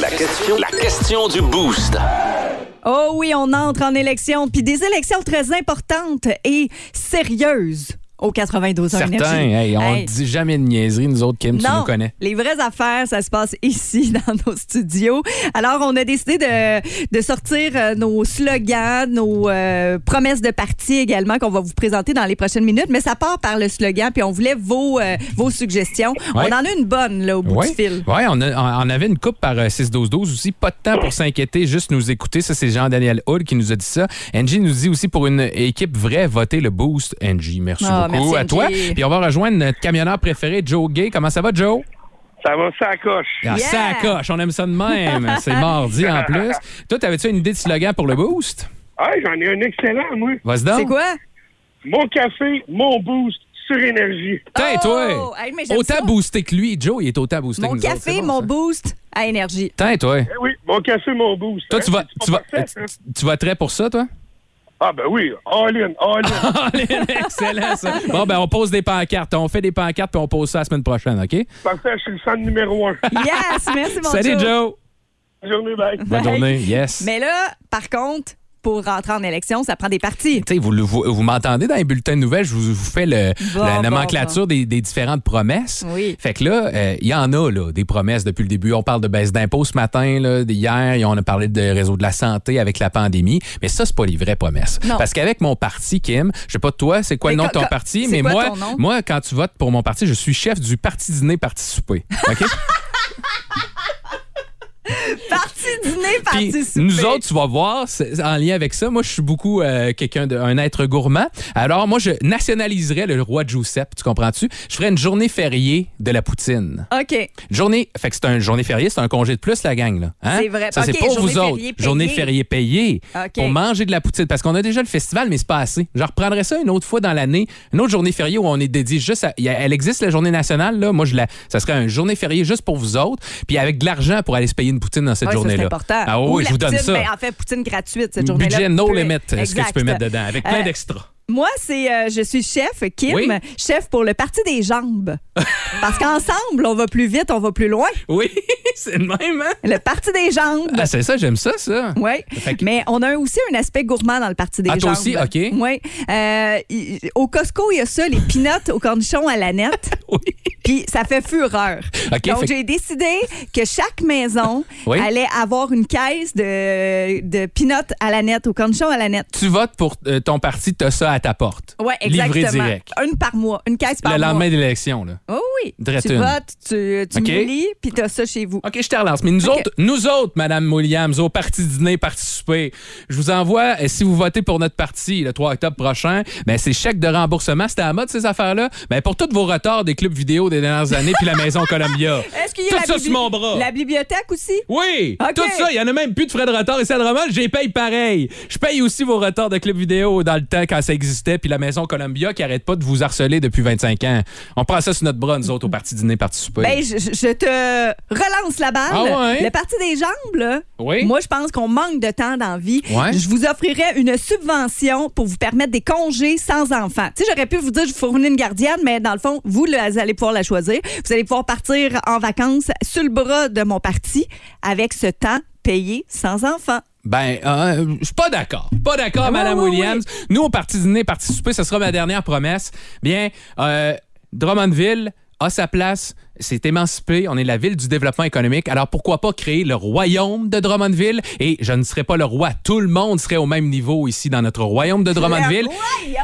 [SPEAKER 3] La question, la question du boost.
[SPEAKER 4] Oh oui, on entre en élection. Puis des élections très importantes et sérieuses au 92 ans
[SPEAKER 2] Certains,
[SPEAKER 4] Énergie.
[SPEAKER 2] hey, on
[SPEAKER 4] Hey.
[SPEAKER 2] dit jamais de niaiserie, nous autres, Kim, tu
[SPEAKER 4] Non,
[SPEAKER 2] nous connais.
[SPEAKER 4] les vraies affaires, ça se passe ici, dans nos studios. Alors, on a décidé de, de sortir euh, nos slogans, nos euh, promesses de parti également qu'on va vous présenter dans les prochaines minutes. Mais ça part par le slogan, puis on voulait vos, euh, vos suggestions.
[SPEAKER 2] Ouais.
[SPEAKER 4] On en a une bonne, là, au bout
[SPEAKER 2] Oui,
[SPEAKER 4] du fil.
[SPEAKER 2] on, a- on avait une coupe par euh, 6-12-12 aussi. Pas de temps pour s'inquiéter, juste nous écouter. Ça, c'est Jean-Daniel Hood qui nous a dit ça. Angie nous dit aussi pour une équipe vraie, votez le boost, Angie. Merci
[SPEAKER 4] Ah,
[SPEAKER 2] beaucoup
[SPEAKER 4] merci,
[SPEAKER 2] à toi.
[SPEAKER 4] Angie.
[SPEAKER 2] Puis on va rejoindre notre camionneur préféré, Joe Gay. Comment ça va, Joe?
[SPEAKER 5] Ça va, ça coche.
[SPEAKER 2] Ah,
[SPEAKER 4] Yeah!
[SPEAKER 2] Ça coche, on aime ça de même. c'est mardi en plus. Toi, t'avais-tu une idée de slogan pour le boost?
[SPEAKER 5] Ah, j'en ai un excellent, moi.
[SPEAKER 2] Vas-y donc.
[SPEAKER 4] C'est quoi?
[SPEAKER 5] Mon café, mon boost sur énergie.
[SPEAKER 2] Tain,
[SPEAKER 4] Oh!
[SPEAKER 2] toi!
[SPEAKER 4] Hey, mais j'aime
[SPEAKER 2] autant
[SPEAKER 4] ça.
[SPEAKER 2] boosté que lui. Joe, il est autant boosté que
[SPEAKER 4] Mon
[SPEAKER 2] nous autres.
[SPEAKER 4] café,
[SPEAKER 2] C'est bon,
[SPEAKER 4] mon
[SPEAKER 2] ça.
[SPEAKER 4] boost à énergie.
[SPEAKER 2] Tain, toi!
[SPEAKER 5] Eh oui, mon café, mon boost.
[SPEAKER 2] Toi,
[SPEAKER 5] Hein,
[SPEAKER 2] tu, vas,
[SPEAKER 5] c'est-tu
[SPEAKER 2] tu, vas,
[SPEAKER 5] pas parfait,
[SPEAKER 2] tu,
[SPEAKER 5] ça?
[SPEAKER 2] tu voterais pour ça, toi?
[SPEAKER 5] Ah, ben oui, all in, all in.
[SPEAKER 2] Oh, Excellent, ça. Bon, ben, on pose des pancartes. On fait des pancartes, puis on pose ça la semaine prochaine, OK?
[SPEAKER 5] Parfait, je suis le centre numéro un.
[SPEAKER 4] Yes, merci, mon
[SPEAKER 2] Salut, Joe!
[SPEAKER 5] Bonne journée, bye.
[SPEAKER 2] Bonne journée, yes.
[SPEAKER 4] Mais là, par contre, pour rentrer en élection, ça prend des partis.
[SPEAKER 2] Tu sais, vous, le- vous, vous m'entendez dans les bulletins de nouvelles, je vous, vous fais le,
[SPEAKER 4] Bon,
[SPEAKER 2] la
[SPEAKER 4] bon,
[SPEAKER 2] nomenclature Des, des différentes promesses.
[SPEAKER 4] Oui.
[SPEAKER 2] Fait que là, euh, il y en a là, des promesses depuis le début. On parle de baisse d'impôts ce matin, là, d'hier, et on a parlé de réseau de la santé avec la pandémie. Mais ça, c'est pas les vraies promesses.
[SPEAKER 4] Non.
[SPEAKER 2] Parce qu'avec mon parti, Kim, je sais pas toi, c'est quoi le
[SPEAKER 4] Mais
[SPEAKER 2] nom de
[SPEAKER 4] co-
[SPEAKER 2] ton
[SPEAKER 4] co-
[SPEAKER 2] parti,
[SPEAKER 4] c'est
[SPEAKER 2] mais
[SPEAKER 4] quoi
[SPEAKER 2] moi,
[SPEAKER 4] ton nom?
[SPEAKER 2] moi, quand tu votes pour mon parti, je suis chef du parti dîner, parti souper. OK?
[SPEAKER 4] Parti dîner,
[SPEAKER 2] Puis
[SPEAKER 4] parti souper.
[SPEAKER 2] nous autres, tu vas voir, c'est- en lien avec ça, moi, je suis beaucoup euh, quelqu'un de- un être gourmand. Alors, moi, je nationaliserais le roi Giuseppe, tu comprends-tu? Je ferais une journée fériée de la poutine.
[SPEAKER 4] OK.
[SPEAKER 2] Journée, fait que c'est un journée fériée, c'est un congé de plus, la gang, là. Hein?
[SPEAKER 4] C'est vrai.
[SPEAKER 2] Ça, c'est
[SPEAKER 4] OK,
[SPEAKER 2] pour
[SPEAKER 4] journée
[SPEAKER 2] vous autres.
[SPEAKER 4] fériée payée.
[SPEAKER 2] Journée fériée payée.
[SPEAKER 4] OK.
[SPEAKER 2] Pour manger de la poutine. Parce qu'on a déjà le festival, mais c'est pas assez. Je reprendrais ça une autre fois dans l'année, une autre journée fériée où on est dédié juste à. il y a- Elle existe, la journée nationale, là. Moi, je la. Ça serait une journée fériée juste pour vous autres, puis avec de l'argent pour aller se payer une poutine dans cette
[SPEAKER 4] Ouais, ça,
[SPEAKER 2] journée-là.
[SPEAKER 4] C'est important.
[SPEAKER 2] Ah oui,
[SPEAKER 4] Ou
[SPEAKER 2] oui,
[SPEAKER 4] la
[SPEAKER 2] je vous donne
[SPEAKER 4] poutine,
[SPEAKER 2] ça.
[SPEAKER 4] ben, en fait, poutine gratuite cette journée-là.
[SPEAKER 2] Budget no
[SPEAKER 4] Peu-
[SPEAKER 2] limit, ce que tu
[SPEAKER 4] Exact.
[SPEAKER 2] peux mettre dedans, avec plein
[SPEAKER 4] Euh,
[SPEAKER 2] d'extra.
[SPEAKER 4] Moi, c'est euh, je suis chef, Kim,
[SPEAKER 2] Oui.
[SPEAKER 4] chef pour le parti des jambes. Parce qu'ensemble, on va plus vite, on va plus loin.
[SPEAKER 2] Oui, c'est le même, hein?
[SPEAKER 4] Le parti des jambes.
[SPEAKER 2] Ah, c'est ça, j'aime ça, ça.
[SPEAKER 4] Oui,
[SPEAKER 2] Ah. Fait que-
[SPEAKER 4] mais on a aussi un aspect gourmand dans le parti des
[SPEAKER 2] Ah, toi
[SPEAKER 4] jambes.
[SPEAKER 2] aussi? OK.
[SPEAKER 4] Oui. Euh, y- au Costco, il y a ça, les pinottes au cornichon à la nette.
[SPEAKER 2] Oui.
[SPEAKER 4] Puis ça fait fureur.
[SPEAKER 2] OK,
[SPEAKER 4] Donc,
[SPEAKER 2] fait que-
[SPEAKER 4] j'ai décidé que chaque maison
[SPEAKER 2] Oui.
[SPEAKER 4] allait avoir une caisse de, de peanuts à la nette, au cornichon à la nette.
[SPEAKER 2] Tu votes pour euh, ton parti, t'as ça à à ta porte.
[SPEAKER 4] Ouais,
[SPEAKER 2] Livré
[SPEAKER 4] exactement.
[SPEAKER 2] direct.
[SPEAKER 4] Une par mois, une caisse par
[SPEAKER 2] Le
[SPEAKER 4] mois.
[SPEAKER 2] lendemain de l'élection, là.
[SPEAKER 4] Oh oui.
[SPEAKER 2] Drette
[SPEAKER 4] Tu
[SPEAKER 2] une.
[SPEAKER 4] votes, tu, tu
[SPEAKER 2] OK.
[SPEAKER 4] nous lis, puis t'as ça chez vous.
[SPEAKER 2] OK, je te relance. Mais nous
[SPEAKER 4] OK.
[SPEAKER 2] autres, nous autres, Madame Williams, au parti dîner, parti souper, je vous envoie, euh, si vous votez pour notre parti le 3 octobre prochain, ben, c'est chèque de remboursement. C'était à la mode, ces affaires-là. Ben, pour tous vos retards des clubs vidéo des dernières années puis la Maison Columbia.
[SPEAKER 4] Est-ce qu'il y a
[SPEAKER 2] Tout
[SPEAKER 4] la,
[SPEAKER 2] ça
[SPEAKER 4] bibli-
[SPEAKER 2] sur mon bras.
[SPEAKER 4] la bibliothèque aussi?
[SPEAKER 2] Oui!
[SPEAKER 4] OK.
[SPEAKER 2] Tout ça, il n'y en a même plus de frais de retard ici à Drummond, j'y paye pareil. Je paye aussi vos retards de club vidéo dans le temps quand ça existait, puis la maison Columbia qui arrête pas de vous harceler depuis 25 ans. On prend ça sur notre bras, nous autres, au parti dîner, parti souper.
[SPEAKER 4] Ben, je, je- je te relance la balle.
[SPEAKER 2] Ah ouais?
[SPEAKER 4] Le parti des jambes, là,
[SPEAKER 2] Oui.
[SPEAKER 4] moi, je pense qu'on manque de temps dans la vie.
[SPEAKER 2] Ouais.
[SPEAKER 4] Je vous offrirais une subvention pour vous permettre des congés sans enfants. Tu sais, j'aurais pu vous dire, je vous fournis une gardienne, mais dans le fond, vous, là, vous allez pouvoir la choisir. Vous allez pouvoir partir en vacances sur le bras de mon parti avec ce temps payé sans enfants.
[SPEAKER 2] Ben, euh, je suis pas d'accord. Pas d'accord,
[SPEAKER 4] Ah,
[SPEAKER 2] Madame
[SPEAKER 4] oui, oui,
[SPEAKER 2] Williams. Nous, au parti dîner, parti souper, ce sera ma dernière promesse. Bien, euh, Drummondville a sa place, c'est émancipé, on est la ville du développement économique. Alors pourquoi pas créer le royaume de Drummondville? Et je ne serais pas le roi, tout le monde serait au même niveau ici dans notre royaume de Drummondville.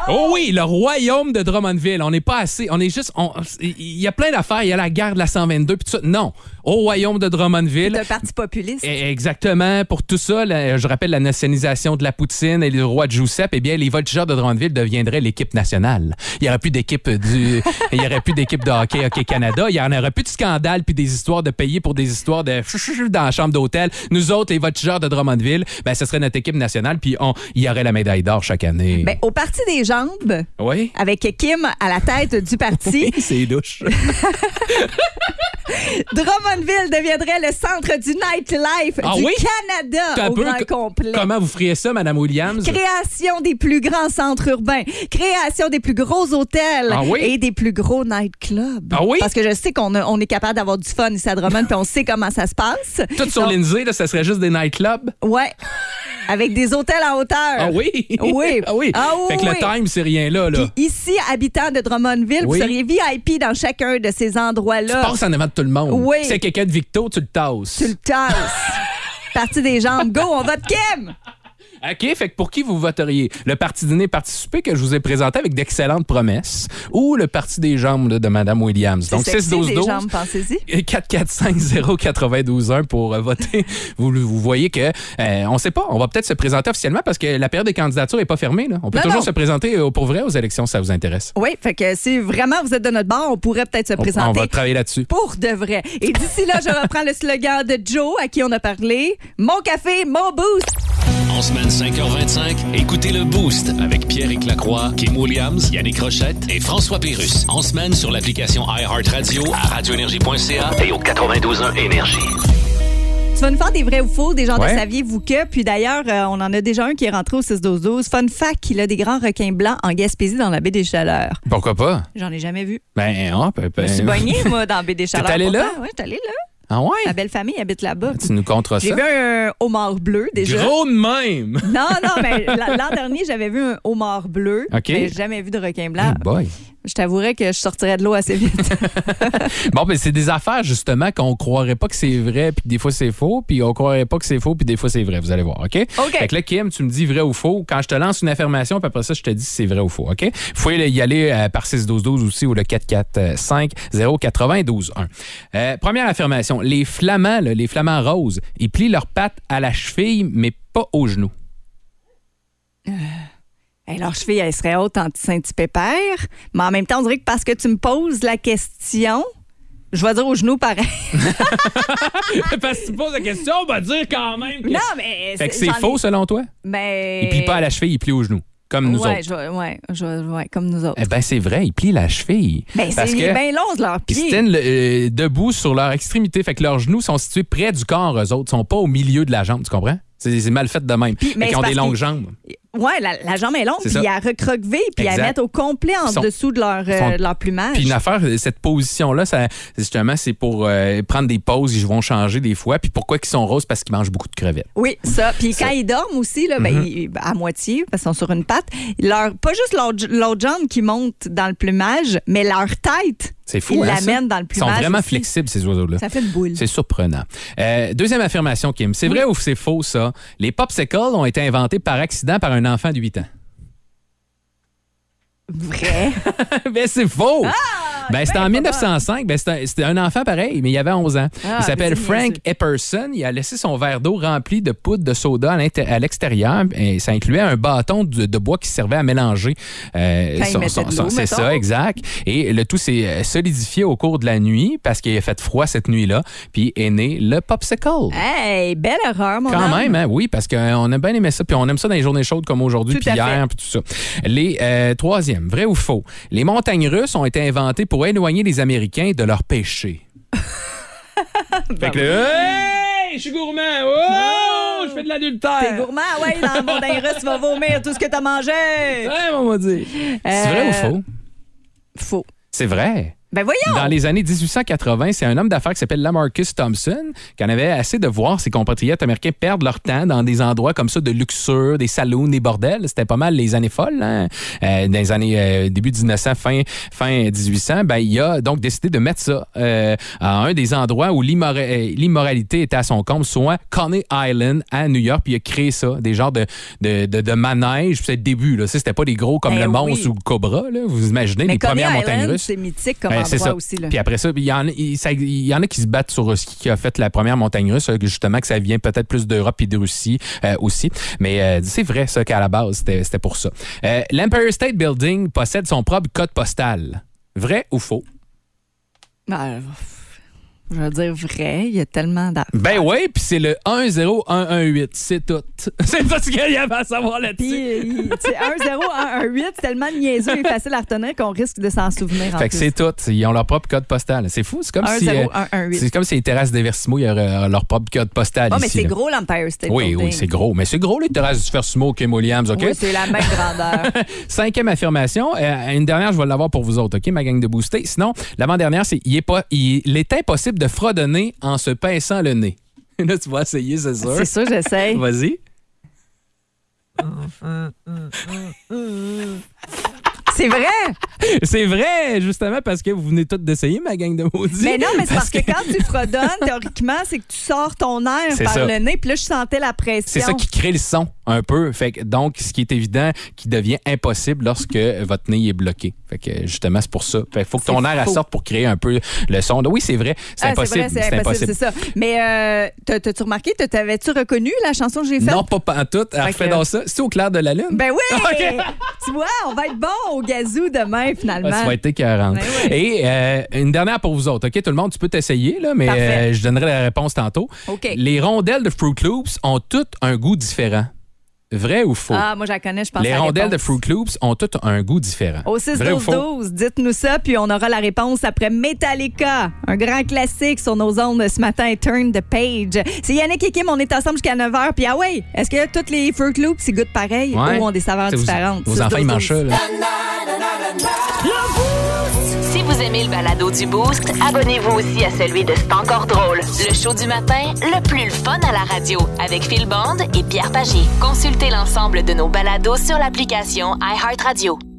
[SPEAKER 2] Oh oui, le royaume de Drummondville. On n'est pas assez. On est juste. on- Il y a plein d'affaires. Il y a la guerre de la 122. Puis tout ça. Non. Au royaume de Drummondville.
[SPEAKER 4] Le parti populiste.
[SPEAKER 2] Eh, Exactement. Pour tout ça, la- je rappelle la nationalisation de la poutine et le roi de Giuseppe. Eh bien, les voltigeurs de Drummondville deviendraient l'équipe nationale. Il n'y aurait plus d'équipe du, il y aurait plus d'équipe de hockey, hockey Canada. Il y en aurait plus de scandales puis des histoires de payer pour des histoires de chou, chou, chou dans la chambre d'hôtel. Nous autres, les voltigeurs de Drummondville, ben, ce serait notre équipe nationale puis on, il y aurait la médaille d'or chaque année.
[SPEAKER 4] Ben, au parti des jambes,
[SPEAKER 2] oui.
[SPEAKER 4] avec Kim à la tête du parti,
[SPEAKER 2] C'est douche.
[SPEAKER 4] Drummondville deviendrait le centre du nightlife
[SPEAKER 2] Ah
[SPEAKER 4] du
[SPEAKER 2] oui?
[SPEAKER 4] Canada
[SPEAKER 2] Un
[SPEAKER 4] au
[SPEAKER 2] peu,
[SPEAKER 4] grand
[SPEAKER 2] co-
[SPEAKER 4] complet.
[SPEAKER 2] Comment vous feriez ça, Madame Williams?
[SPEAKER 4] Création des plus grands centres urbains, création des plus gros hôtels
[SPEAKER 2] Ah oui?
[SPEAKER 4] et des plus gros nightclubs.
[SPEAKER 2] Ah oui?
[SPEAKER 4] Parce que je sais qu'on a- on est capable d'avoir du fun ici à Drummond, puis on sait comment ça se passe.
[SPEAKER 2] Tout sur
[SPEAKER 4] Donc,
[SPEAKER 2] Lindsay, là, ça serait juste des nightclubs?
[SPEAKER 4] Ouais. Avec des hôtels en hauteur.
[SPEAKER 2] Ah oui?
[SPEAKER 4] Oui.
[SPEAKER 2] ah oui.
[SPEAKER 4] Ah oui,
[SPEAKER 2] Fait que
[SPEAKER 4] oui.
[SPEAKER 2] le time, c'est rien là. là.
[SPEAKER 4] Puis ici, habitants de Drummondville, vous
[SPEAKER 2] Oui.
[SPEAKER 4] seriez VIP dans chacun de ces
[SPEAKER 2] Tu
[SPEAKER 4] endroits-là.
[SPEAKER 2] passes en avant de tout le monde.
[SPEAKER 4] Oui.
[SPEAKER 2] Si c'est quelqu'un de Victo, tu le tasses.
[SPEAKER 4] Tu le tasses. Parti des jambes. Go, on va de Kim!
[SPEAKER 2] OK, fait que pour qui vous voteriez? Le parti dîner participé que je vous ai présenté avec d'excellentes promesses ou le parti des jambes là, de Mme Williams? Donc
[SPEAKER 4] C'est sexy,
[SPEAKER 2] 6 12
[SPEAKER 4] des
[SPEAKER 2] 12
[SPEAKER 4] jambes, pensez-y.
[SPEAKER 2] 445-092-1 pour euh, voter. vous, vous voyez que euh, on sait pas, on va peut-être se présenter officiellement parce que la période des candidatures est pas fermée. là. On peut
[SPEAKER 4] Non,
[SPEAKER 2] toujours
[SPEAKER 4] non.
[SPEAKER 2] se présenter euh, pour vrai aux élections si ça vous intéresse.
[SPEAKER 4] Oui, fait que si vraiment vous êtes de notre bord, on pourrait peut-être se
[SPEAKER 2] On-
[SPEAKER 4] présenter.
[SPEAKER 2] on va travailler là-dessus.
[SPEAKER 4] pour de vrai. Et d'ici là, je reprends le slogan de Joe à qui on a parlé. Mon café, mon boost.
[SPEAKER 6] En semaine 5h25, écoutez le Boost avec Pierre-Éric Lacroix, Kim Williams, Yannick Rochette et François Pérus. En semaine sur l'application iHeartRadio à radioénergie.ca et au
[SPEAKER 3] 92.1 Énergie.
[SPEAKER 4] Tu vas nous faire des vrais ou faux, des gens
[SPEAKER 2] Ouais.
[SPEAKER 4] de saviez-vous que. Puis d'ailleurs, euh, on en a déjà un qui est rentré au 6-12-12. Fun fact, qu'il a des grands requins blancs en Gaspésie dans la baie des Chaleurs.
[SPEAKER 2] Pourquoi pas?
[SPEAKER 4] J'en ai jamais vu.
[SPEAKER 2] Ben, on peut.
[SPEAKER 4] Je me suis
[SPEAKER 2] ben-
[SPEAKER 4] baignée, moi, dans la baie des Chaleurs.
[SPEAKER 2] allée là?
[SPEAKER 4] Oui, je suis allée là.
[SPEAKER 2] Ah ouais?
[SPEAKER 4] Ma belle famille habite là-bas.
[SPEAKER 2] Tu nous contres
[SPEAKER 4] J'ai
[SPEAKER 2] ça?
[SPEAKER 4] vu un homard bleu déjà.
[SPEAKER 2] Gros de même!
[SPEAKER 4] Non, non, mais la- l'an dernier, j'avais vu un homard bleu.
[SPEAKER 2] OK. Eh ben.
[SPEAKER 4] Mais jamais vu de requin blanc.
[SPEAKER 2] Hey boy.
[SPEAKER 4] Je t'avouerais que je sortirais de l'eau assez vite.
[SPEAKER 2] Bon, ben, c'est des affaires, justement, qu'on croirait pas que c'est vrai, puis que des fois c'est faux, puis on croirait pas que c'est faux, puis des fois c'est vrai. Vous allez voir, OK?
[SPEAKER 4] OK.
[SPEAKER 2] Fait que là, Kim, tu me dis vrai ou faux. Quand je te lance une affirmation, puis après ça, je te dis si c'est vrai ou faux, OK? Faut y aller euh, par 6-12-12 aussi, ou le euh, 4-4-5-0-92-1. Euh, première affirmation. Les flamands, là, les flamands roses, ils plient leurs pattes à la cheville, mais pas aux genoux.
[SPEAKER 4] Hey, leur cheville, elle serait haute en Saint-Pépère. Mais en même temps, on dirait que parce que tu me poses la question, je vais dire aux genoux pareil.
[SPEAKER 2] Parce que tu poses la question, on va dire quand même.
[SPEAKER 4] non, mais.
[SPEAKER 2] Fait que c'est
[SPEAKER 4] j'en ai-
[SPEAKER 2] faux, selon toi?
[SPEAKER 4] Mais.
[SPEAKER 2] Il plie pas à la cheville, il plie aux genoux, comme nous
[SPEAKER 4] ouais,
[SPEAKER 2] autres.
[SPEAKER 4] je vais- ouais, je vais- ouais, comme nous autres.
[SPEAKER 2] Eh bien, c'est vrai, ils plient la cheville.
[SPEAKER 4] Ben,
[SPEAKER 2] parce
[SPEAKER 4] c'est
[SPEAKER 2] que
[SPEAKER 4] bien long, leurs
[SPEAKER 2] ils se
[SPEAKER 4] pieds.
[SPEAKER 2] tiennent euh, debout sur leur extrémité. Fait que leurs genoux sont situés près du corps, eux autres. Ils sont pas au milieu de la jambe, tu comprends? C'est c'est mal fait de même.
[SPEAKER 4] Puis, mais
[SPEAKER 2] ils
[SPEAKER 4] c'est
[SPEAKER 2] ont des
[SPEAKER 4] parce
[SPEAKER 2] longues
[SPEAKER 4] qu'ils-
[SPEAKER 2] jambes.
[SPEAKER 4] Ouais, la, la jambe est longue,
[SPEAKER 2] C'est
[SPEAKER 4] puis
[SPEAKER 2] ça.
[SPEAKER 4] à recroqueville, puis à
[SPEAKER 2] Exact.
[SPEAKER 4] mettre au complet en
[SPEAKER 2] Ils sont-
[SPEAKER 4] dessous de leur, euh,
[SPEAKER 2] sont-
[SPEAKER 4] de leur plumage.
[SPEAKER 2] Puis une affaire, cette position-là, ça, justement, c'est pour euh, prendre des pauses. Ils vont changer des fois. Puis pourquoi ils sont roses? Parce qu'ils mangent beaucoup de crevettes.
[SPEAKER 4] Oui, ça. Puis quand ils dorment aussi, là,
[SPEAKER 2] Mhm.
[SPEAKER 4] ben, ils- à moitié, parce qu'ils sont sur une patte, leur, pas juste leur, l'autre jambe qui monte dans le plumage, mais leur tête,
[SPEAKER 2] C'est fou,
[SPEAKER 4] ils
[SPEAKER 2] hein, ça?
[SPEAKER 4] l'amènent dans le
[SPEAKER 2] Ils sont
[SPEAKER 4] plumage.
[SPEAKER 2] vraiment
[SPEAKER 4] aussi.
[SPEAKER 2] flexibles, ces oiseaux-là.
[SPEAKER 4] Ça fait une boule.
[SPEAKER 2] C'est surprenant. Euh, deuxième affirmation, Kim. C'est vrai ou c'est faux, ça? Les popsicles ont été inventés par accident par un enfant de 8 ans.
[SPEAKER 4] Vrai.
[SPEAKER 2] ben, c'est faux! ben, c'était en
[SPEAKER 4] ben, Ah, pas
[SPEAKER 2] 1905. Ben, c'était un- c'était un enfant pareil, mais il avait 11 ans.
[SPEAKER 4] Ah,
[SPEAKER 2] il s'appelle
[SPEAKER 4] ben, c'est
[SPEAKER 2] Frank
[SPEAKER 4] niaiseux.
[SPEAKER 2] Epperson. Il a laissé son verre d'eau rempli de poudre de soda à l'inté- à l'extérieur. Et ça incluait un bâton de, de bois qui servait à mélanger. euh,
[SPEAKER 4] Quand il mettait de l'eau,
[SPEAKER 2] c'est
[SPEAKER 4] mettons.
[SPEAKER 2] ça, exact. Et le tout s'est euh, solidifié au cours de la nuit parce qu'il a fait froid cette nuit-là. Puis est né le popsicle.
[SPEAKER 4] Hey, belle horreur, mon
[SPEAKER 2] Quand
[SPEAKER 4] homme.
[SPEAKER 2] même, hein, oui, parce qu'on a bien aimé ça, puis on aime ça dans les journées chaudes comme aujourd'hui,
[SPEAKER 4] Tout
[SPEAKER 2] puis
[SPEAKER 4] à
[SPEAKER 2] hier,
[SPEAKER 4] fait.
[SPEAKER 2] puis tout ça. Les euh, troisième, vrai ou faux, les montagnes russes ont été inventées pour éloigner les Américains de leurs péchés. fait que le, hey, je suis gourmand, oh, je fais
[SPEAKER 4] T'es
[SPEAKER 2] de l'adultère.
[SPEAKER 4] gourmand, ouais, dans le monde russe, tu vas vomir tout ce que t'as mangé.
[SPEAKER 2] Ouais, on va dire. C'est vrai ou
[SPEAKER 4] Euh,
[SPEAKER 2] faux?
[SPEAKER 4] Faux.
[SPEAKER 2] C'est vrai.
[SPEAKER 4] Ben voyons.
[SPEAKER 2] Dans les années 1880, c'est un homme d'affaires qui s'appelle Lamarcus Thompson qui en avait assez de voir ses compatriotes américains perdre leur temps dans des endroits comme ça de luxure, des saloons, des bordels. C'était pas mal les années folles. hein. Euh, dans les années euh, début 1900, fin, fin 1800, ben, il a donc décidé de mettre ça euh, à un des endroits où l'immora- euh, l'immoralité était à son comble, soit Coney Island à New York. Puis il a créé ça, des genres de, de, de, de manèges. Puis C'est le début. là. Tu sais, C'était pas des gros comme
[SPEAKER 4] Ben
[SPEAKER 2] le monstre
[SPEAKER 4] oui.
[SPEAKER 2] ou le cobra. là. Vous imaginez
[SPEAKER 4] Mais
[SPEAKER 2] les
[SPEAKER 4] Coney
[SPEAKER 2] premières montagnes
[SPEAKER 4] Island,
[SPEAKER 2] russes.
[SPEAKER 4] c'est mythique comme
[SPEAKER 2] Ben, c'est
[SPEAKER 4] endroit
[SPEAKER 2] ça.
[SPEAKER 4] aussi. Là.
[SPEAKER 2] Puis après ça, il y, en, a- il- ça- il y en a qui se battent sur euh, ce qui a fait la première montagne russe, euh, que justement que ça vient peut-être plus d'Europe et de Russie euh, aussi. Mais euh, c'est vrai ça qu'à la base, c'était c'était pour ça. Euh, L'Empire State Building possède son propre code postal. Vrai ou faux?
[SPEAKER 4] Ben, pff, je veux dire vrai, il y a tellement d'art.
[SPEAKER 2] Ben oui, puis c'est le 10118, c'est tout. C'est parce qu'il y avait à savoir là-dessus.
[SPEAKER 4] Puis, il- tu sais, 1-0-1-1-8, c'est tellement niaiseux et facile à retenir qu'on risque de s'en souvenir en
[SPEAKER 2] Fait que
[SPEAKER 4] plus.
[SPEAKER 2] c'est tout. Ils ont leur propre code postal. C'est fou. C'est comme si. euh,
[SPEAKER 4] 1-0-1-1-8.
[SPEAKER 2] C'est comme si les terrasses des Versimaux, ils auraient euh, leur propre code postal.
[SPEAKER 4] Ah, mais
[SPEAKER 2] ici,
[SPEAKER 4] c'est
[SPEAKER 2] là.
[SPEAKER 4] gros l'Empire State
[SPEAKER 2] Oui,
[SPEAKER 4] Building.
[SPEAKER 2] oui, c'est gros. Mais c'est gros, les terrasses du Fersimo, Kim Williams, OK?
[SPEAKER 4] Oui, c'est la même grandeur.
[SPEAKER 2] Cinquième affirmation. Euh, une dernière, je vais l'avoir pour vous autres, OK, ma gang de boostés. Sinon, l'avant-dernière, c'est il est, pas, il, il est impossible de fredonner en se pinçant le nez. Là, tu vas essayer, c'est sûr.
[SPEAKER 4] c'est ça, j'essaye.
[SPEAKER 2] Vas-y.
[SPEAKER 4] C'est vrai!
[SPEAKER 2] C'est vrai, justement, parce que vous venez toutes d'essayer, ma gang de maudits.
[SPEAKER 4] Mais non, mais c'est parce que quand tu fredonnes, théoriquement, c'est que tu sors ton air
[SPEAKER 2] C'est
[SPEAKER 4] par
[SPEAKER 2] ça.
[SPEAKER 4] le nez. Puis là, je sentais la pression.
[SPEAKER 2] C'est ça qui crée le son, un peu. Fait que, donc, ce qui est évident, qui devient impossible lorsque votre nez est bloqué. Fait que, justement, c'est pour ça. Fait que faut que ton
[SPEAKER 4] C'est
[SPEAKER 2] air elle
[SPEAKER 4] faux.
[SPEAKER 2] sorte pour créer un peu le son. Oui, c'est vrai. C'est
[SPEAKER 4] Ah,
[SPEAKER 2] impossible.
[SPEAKER 4] vrai, c'est impossible, c'est ça. Mais euh, t'as- t'as-tu remarqué, t'as- t'avais-tu reconnu la chanson que j'ai faite?
[SPEAKER 2] Non, pas en tout. Elle refait
[SPEAKER 4] que-
[SPEAKER 2] dans ça. C'est au clair de la lune.
[SPEAKER 4] Ben oui!
[SPEAKER 2] OK.
[SPEAKER 4] Tu vois, on va être bon au gazou demain, finalement.
[SPEAKER 2] Ah, ça va être écœurant.
[SPEAKER 4] Ben oui.
[SPEAKER 2] Et euh, une dernière pour vous autres. OK, tout le monde, tu peux t'essayer, là, mais
[SPEAKER 4] Parfait.
[SPEAKER 2] euh, je donnerai la réponse tantôt.
[SPEAKER 4] OK.
[SPEAKER 2] Les rondelles de Fruit Loops ont toutes un goût différent. Vrai ou faux?
[SPEAKER 4] Ah, moi, je la connais, je pense.
[SPEAKER 2] Les
[SPEAKER 4] à la
[SPEAKER 2] rondelles de
[SPEAKER 4] réponse.
[SPEAKER 2] Fruit Loops ont toutes un goût différent.
[SPEAKER 4] Au
[SPEAKER 2] Vrai ou faux?
[SPEAKER 4] 6-12-12, dites-nous ça, puis on aura la réponse après Metallica, un grand classique sur nos ondes ce matin, Turn the Page. C'est Yannick et Kim, on est ensemble jusqu'à 9h, puis ah ouais, est-ce que toutes les Fruit Loops, ils goûtent pareil
[SPEAKER 2] Ouais.
[SPEAKER 4] ou ont des saveurs
[SPEAKER 2] T'sais, vous-
[SPEAKER 4] différentes?
[SPEAKER 2] Vos enfants, ils
[SPEAKER 4] 6-12-12.
[SPEAKER 2] mangent ça, là.
[SPEAKER 1] Si vous aimez le balado du Boost, abonnez-vous aussi à celui de C'est encore drôle. Le show du matin, le plus le fun à la radio, avec Phil Bond et Pierre Pagé. Consultez l'ensemble de nos balados sur l'application iHeartRadio.